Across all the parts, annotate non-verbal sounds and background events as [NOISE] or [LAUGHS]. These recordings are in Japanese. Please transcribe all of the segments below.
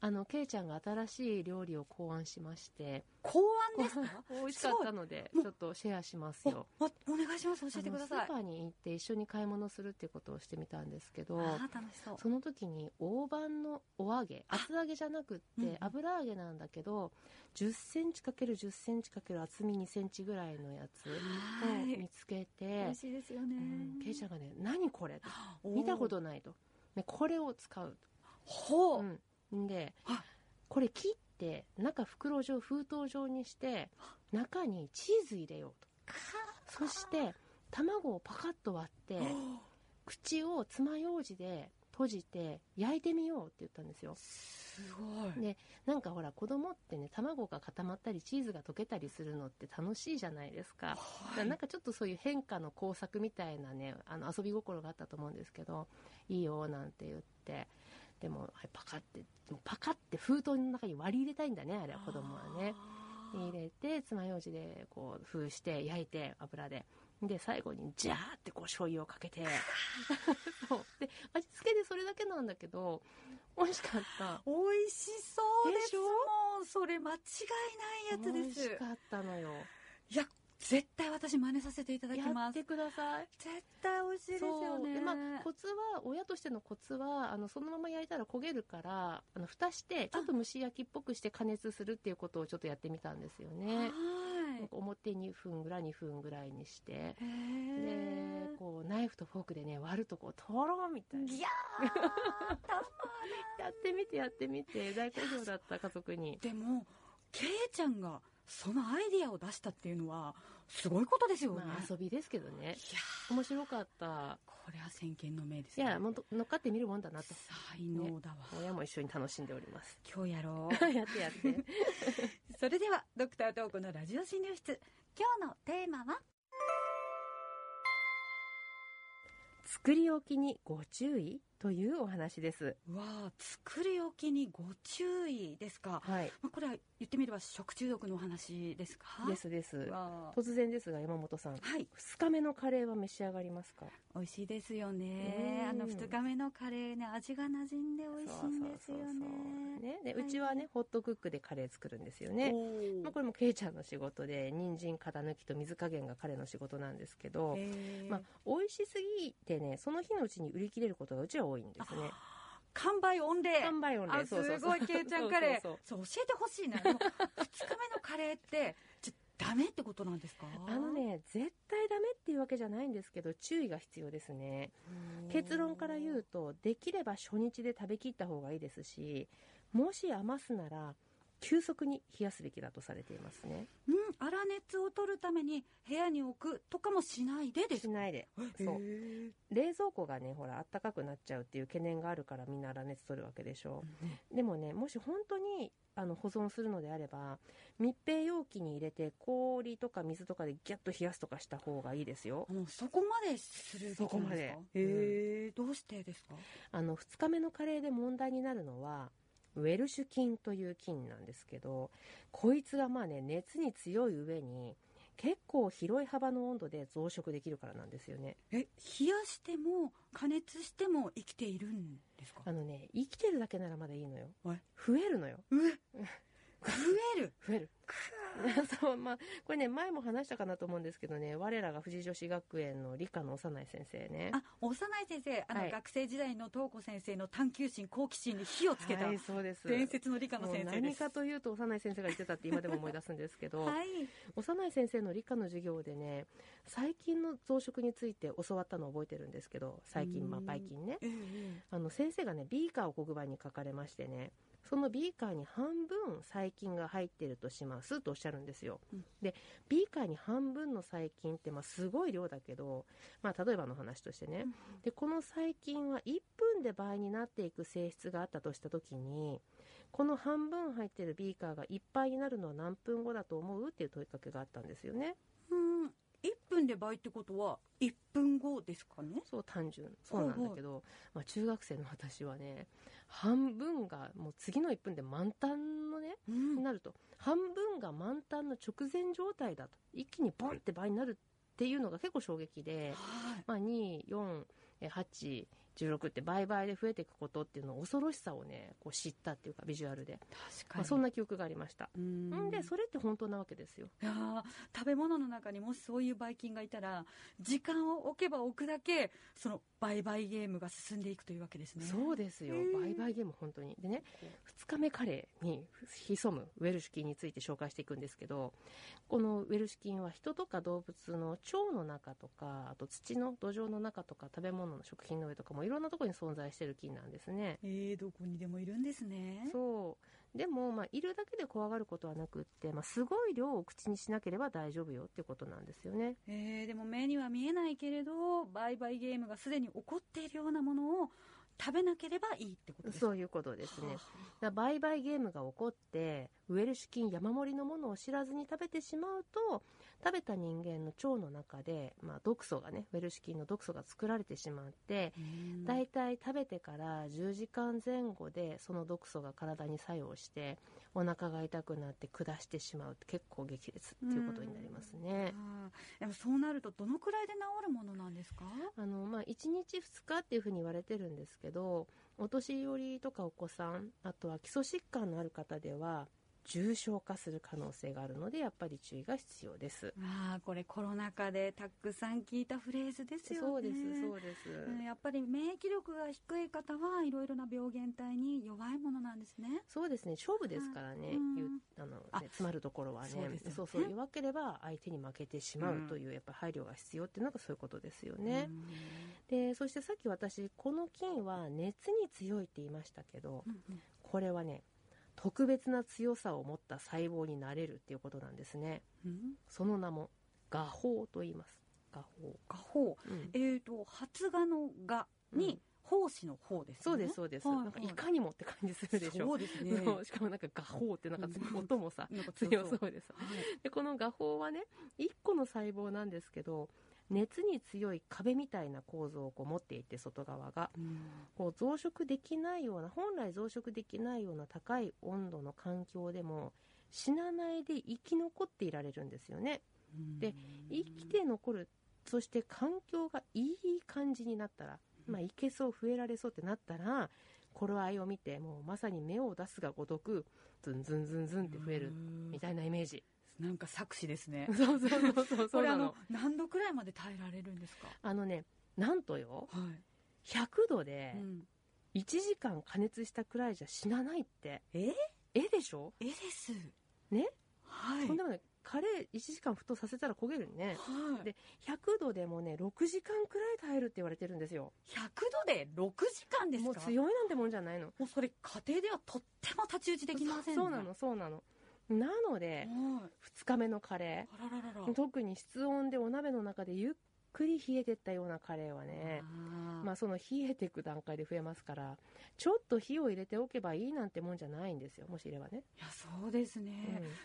あの、ケイちゃんが新しい料理を考案しまして、考案ですか美味しかったので、すごいもうちょっとシェアしますおよ。おお願いします教えてくださあのいスーパーに行って一緒に買い物するっていうことをしてみたんですけど、あー楽しそうその時に大判のお揚げ、厚揚げじゃなくっうんうんて油揚げなんだけど、10センチ ×10 センチ×厚み2センチぐらいのやつはをい見つけ美て味、しいですよね、うんケイちゃんがね、何これとおー見たことないと。ね、これを使う。ほう、うん。んであ、これ切って、中袋状、封筒状にして、中にチーズ入れようと。そして、卵をパカッと割って、口を爪楊枝で閉じて焼いてみようって言ったんですよ。すごいで、なんかほら子供ってね、卵が固まったりチーズが溶けたりするのって楽しいじゃないですか。はいなんかちょっとそういう変化の工作みたいなね、あの遊び心があったと思うんですけど、いいよなんて言って、でも、はいパカって、でもパカって封筒の中に割り入れたいんだね、あれは子供はね。で入れて、爪楊枝でこう封して焼いて油で。で、最後にジャーってこう醤油をかけ [LAUGHS] て。そう。で、味付けでそれだけなんだけど、美味しかった。美味しそうでですしょもんそれ間違いないやつで美味しすかったのよ。いや絶対私真似させていただきやまっすてください。絶対美味しいですよそうねでまあ、コツは、親としてのコツは、あの、そのまま焼いたら焦げるから、あの、蓋して、ちょっと蒸し焼きっぽくして加熱するっていうことをちょっとやってみたんですよね。なんはか表2分ぐらい、2分ぐらいにして。いへでえ、こう、ナイフとフォークでね、割るとこう、とろーみたいな。いやーたやってみて、やってみて、大好評だった家族に。 [LAUGHS] でもケイちゃんがそのアイディアを出したっていうのはすごいことですよね、まあ、いや遊びですけどね。ー面白かった。これは先見の明ですいねや、もう乗っかってみるもんだなと。才能だわ、親も一緒に楽しんでおります。今日やろう [LAUGHS] やってやって。 [LAUGHS] それではドクタートークのラジオ診療室今日のテーマは作り置きにご注意というお話です。わあ作り置きにご注意ですか、はい。まあ、これは言ってみれば食中毒のお話ですかですです。わあ突然ですが、山本さん。はい二日目のカレーは召し上がりますか美味しいですよねうんあの2日目のカレーね味が馴染んで美味しいんですよそうそうそうねね。で、はいうちはね、ホットクックでカレー作るんですよね。おまあ、ーこれもケイちゃんの仕事で、人参型抜きと水加減が彼の仕事なんですけど、えーまあ、美味しすぎてね、その日のうちに売り切れることがうちは多いんですね。完売御礼販売音あですごいケイちゃんカレ [LAUGHS] ーそうそうそう教えてほしいな2日目のカレーってじゃダメってことなんですかそうあのね、絶対ダメっていうわけじゃないんですけど、注意が必要ですね。結論から言うとできれば初日で食べきった方がいいですしもし余すなら急速に冷やすべきだとされていますねうん、粗熱を取るために部屋に置くとかもしないでですしないでそうう冷蔵庫がねほらあったかくなっちゃうっていう懸念があるからみんな粗熱取るわけでしょでもねもし本当にあの保存するのであれば密閉容器に入れて氷とか水とかでギャッと冷やすとかした方がいいですよもうそこまでするべきなんですかそこまでへえ、どうしてですかあの2日目のカレーで問題になるのはウェルシュ菌という菌なんですけどこいつがまあね熱に強い上に結構広い幅の温度で増殖できるからなんですよねえ冷やしても加熱しても生きているんですかあのね生きてるだけならまだいいのよはい増えるのようえ増え [LAUGHS] る増えるそうまあこれね前も話したかなと思うんですけどね我らが富士女子学園の理科の幼い先生ねあ幼い先生あの、はい学生時代の東子先生の探求心好奇心に火をつけた、はいそうです伝説の理科のもう先生で何すかというと幼い先生が言ってたって今でも思い出すんですけど、はい幼い先生の理科の授業でね細菌の増殖について教わったのを覚えてるんですけど細菌まあうんばい菌ねええあの先生がねビーカーを黒板に書かれましてねそのビーカーに半分細菌が入ってるとしますとおっしゃるんですよ、うんでビーカーに半分の細菌ってまあすごい量だけど、まあ、例えばの話としてね、でこの細菌は1分で倍になっていく性質があったとした時にこの半分入ってるビーカーがいっぱいになるのは何分後だと思うっていう問いかけがあったんですよねうん1分で倍ってことは1分後ですかねそう単純そうなんだけど、まあ、中学生の私はね半分がもう次の1分で満タンのねうんになると半分が満タンの直前状態だと一気にボンって倍になるっていうのが結構衝撃で、はいまあ、2、4、8、 16って倍々で増えていくことっていうのを恐ろしさをねこう知ったっていうかビジュアルで、確かまあ、に。そんな記憶がありましたうーんんでそれって本当なわけですよいやー食べ物の中にもしそういうばい菌がいたら時間を置けば置くだけその売買ゲームが進んでいくというわけですねそうですよへー売買ゲーム本当にでね2日目カレーに潜むウェルシュ菌について紹介していくんですけどこのウェルシュ菌は人とか動物の腸の中とかあと土の土壌の中とか食べ物の食品の上とかもいろんなところに存在してる菌なんですねえー、どこにでもいるんですねそうでも、まあ、いるだけで怖がることはなくって、まあ、すごい量を口にしなければ大丈夫よっていうことなんですよねえー、でも目には見えないけれど売買ゲームがすでに起こっているようなものを食べなければいいってことですかそういうことですねはだから売買ゲームが起こってウエルシュ菌山盛りのものを知らずに食べてしまうと食べた人間の腸の中で、まあ、毒素がねウエルシュ菌の毒素が作られてしまってあうーんだいたい食べてから10時間前後でその毒素が体に作用してお腹が痛くなって下してしまうって結構激烈っていうことになりますね。あーでもそうなるとどのくらいで治るものなんですかあのまあ、1日2日っていうふうに言われてるんですけどお年寄りとかお子さんあとは基礎疾患のある方では重症化する可能性があるのでやっぱり注意が必要です。あーこれコロナ禍でたくさん聞いたフレーズですよねそうですそうです、うんやっぱり免疫力が低い方はいろいろな病原体に弱いものなんですね。そうですね勝負ですからね、うん言うあのねあ詰まるところはねそうですよねそうそう弱ければ相手に負けてしまうんうというやっぱ配慮が必要っていうのがそういうことですよね、でそしてさっき私この菌は熱に強いって言いましたけど、うん。うんこれはね特別な強さを持った細胞になれるっていうことなんですねうん。その名も画法と言います画法、画法。うんえーと、発芽の芽うんに、胞子の方ですね。そうですそうです、はいはいなんかいかにもって感じするでしょそうですね。そうしかもなんか画法ってなんかうん音もさなんか強はそうですいでこの画法はね1個の細胞なんですけど熱に強い壁みたいな構造をこう持っていて外側がうんこう増殖できないような本来増殖できないような高い温度の環境でも死なないで生き残っていられるんですよねで生き、て残るそして環境がいい感じになったら、まあ、いけそう増えられそうってなったら頃合いを見てもうまさに芽を出すがごとくズンズンズンズンって増えるみいたいなイメ [LAUGHS] ージ、。な。なんか作詞ですねそうそうそうそうそこうれなあのの、何度くらいまで耐えられるんですかあのねなんとよはい。 100度でうん1時間加熱したくらいじゃ死なないってええでしょえです。ねはい。こんなもんねカレー1時間沸騰させたら焦げるねはい。で100度でもね6時間くらい耐えるって言われてるんですよ100度で6時間ですもかう強いなんてもんじゃないのもうそれ家庭ではとっても太刀打ちできませんねそうなのそうなのなのではい2日目のカレあららららー特に室温でお鍋の中でゆっくり冷えてったようなカレーはねあーまあその冷えていく段階で増えますからちょっと火を入れておけばいいなんてもんじゃないんですよもしいればね、いやそうですね、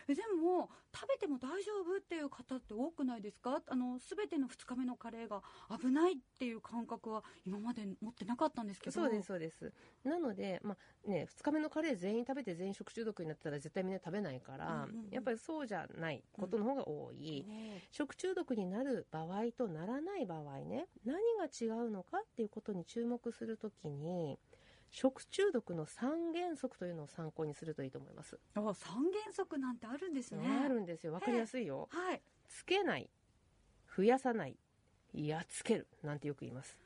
うんえでも食べても大丈夫っていう方って多くないですかあの全ての2日目のカレーが危ないっていう感覚は今まで持ってなかったんですけどそうですそうですなので、まあね、2日目のカレー全員食べて全員食中毒になったら絶対みんな食べないから、うんうんうんやっぱりそうじゃないことの方が多い、ね食中毒になる場合とならない場合ね何が違うのかっていうことに注目するときに食中毒の三原則というのを参考にするといいと思います、あ三原則なんてあるんですねあるんですよわかりやすいよはいつけない増やさないやっつけるなんてよく言います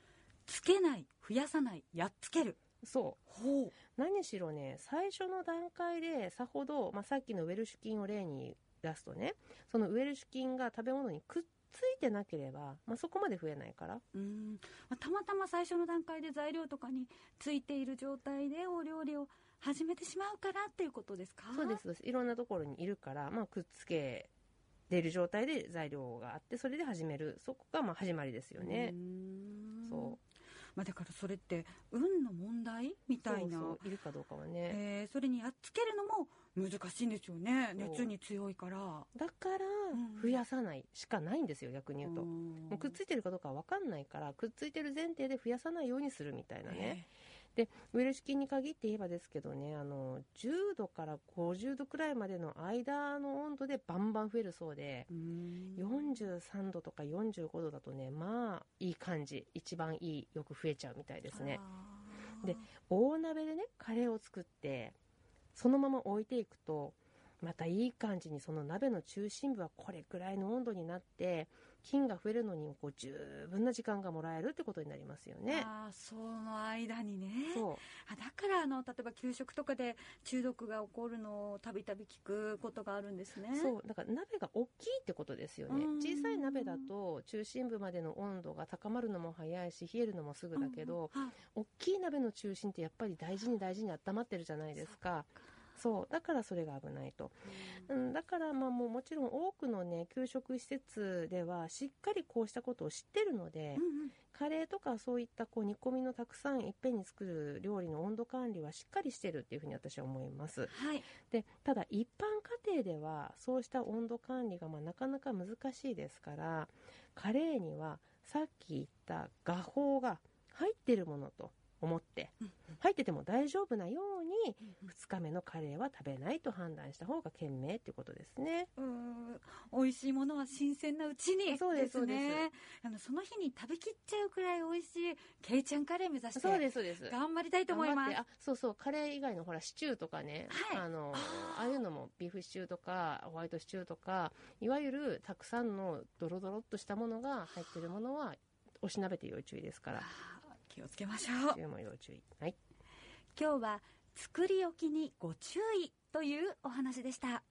つけない増やさないやっつけるそうほう何しろね最初の段階でさほど、まあ、さっきのウェルシュ菌を例に出すとねそのウェルシュ菌が食べ物にくっついてなければ、まあ、そこまで増えないからうんまあたまたま最初の段階で材料とかについている状態でお料理を始めてしまうからっていうことですかそうですそうですいろんなところにいるから、まあ、くっつけている状態で材料があってそれで始めるそこがまあ始まりですよねう。んそうまあ、だからそれって運の問題みたいなそうそういるかどうかはね、えーそれにやっつけるのも難しいんですよねそう熱に強いからだからうん増やさないしかないんですよ逆に言うと。ももうくっついてるかどうかは分かんないからくっついてる前提で増やさないようにするみたいなね、で、ウイルス菌に限って言えばですけどね、あの、10度から50度くらいまでの間の温度でバンバン増えるそうで、43度とか45度だとね、まあ、いい感じ。一番いい、よく増えちゃうみたいですね。あーで大鍋でね、カレーを作って、そのまま置いていくと、またいい感じにその鍋の中心部はこれくらいの温度になって、菌が増えるのにこう十分な時間がもらえるってことになりますよね。あーその間にねそう。あだからあの例えば給食とかで中毒が起こるのをたびたび聞くことがあるんですねそうだから鍋が大きいってことですよねうん小さい鍋だと中心部までの温度が高まるのも早いし冷えるのもすぐだけど、うんはい大きい鍋の中心ってやっぱり大事に大事に温まってるじゃないですかそうだからそれが危ないと、うん、だからまあもうもちろん多くのね給食施設ではしっかりこうしたことを知ってるので、うんうんカレーとかそういったこう煮込みのたくさんいっぺんに作る料理の温度管理はしっかりしてるっていうふうに私は思いますはいでただ一般家庭ではそうした温度管理がまあなかなか難しいですからカレーにはさっき言った画法が入ってるものと思ってうん入ってても大丈夫なようにうん2日目のカレーは食べないと判断した方が賢明っていうことですね。うーん美味しいものは新鮮なうちにそうですそうですあのその日に食べきっちゃうくらい美味しいケイちゃんカレー目指してそうですそうです頑張りたいと思いま頑張ってすあそうそうカレー以外のほらシチューとかね、はいあのあーああいうのもビーフシチューとかホワイトシチューとかいわゆるたくさんのドロドロっとしたものが入ってるものはおしなべて要注意ですからあー気をつけましょうシチューも要注意はい今日は作り置きにご注意というお話でした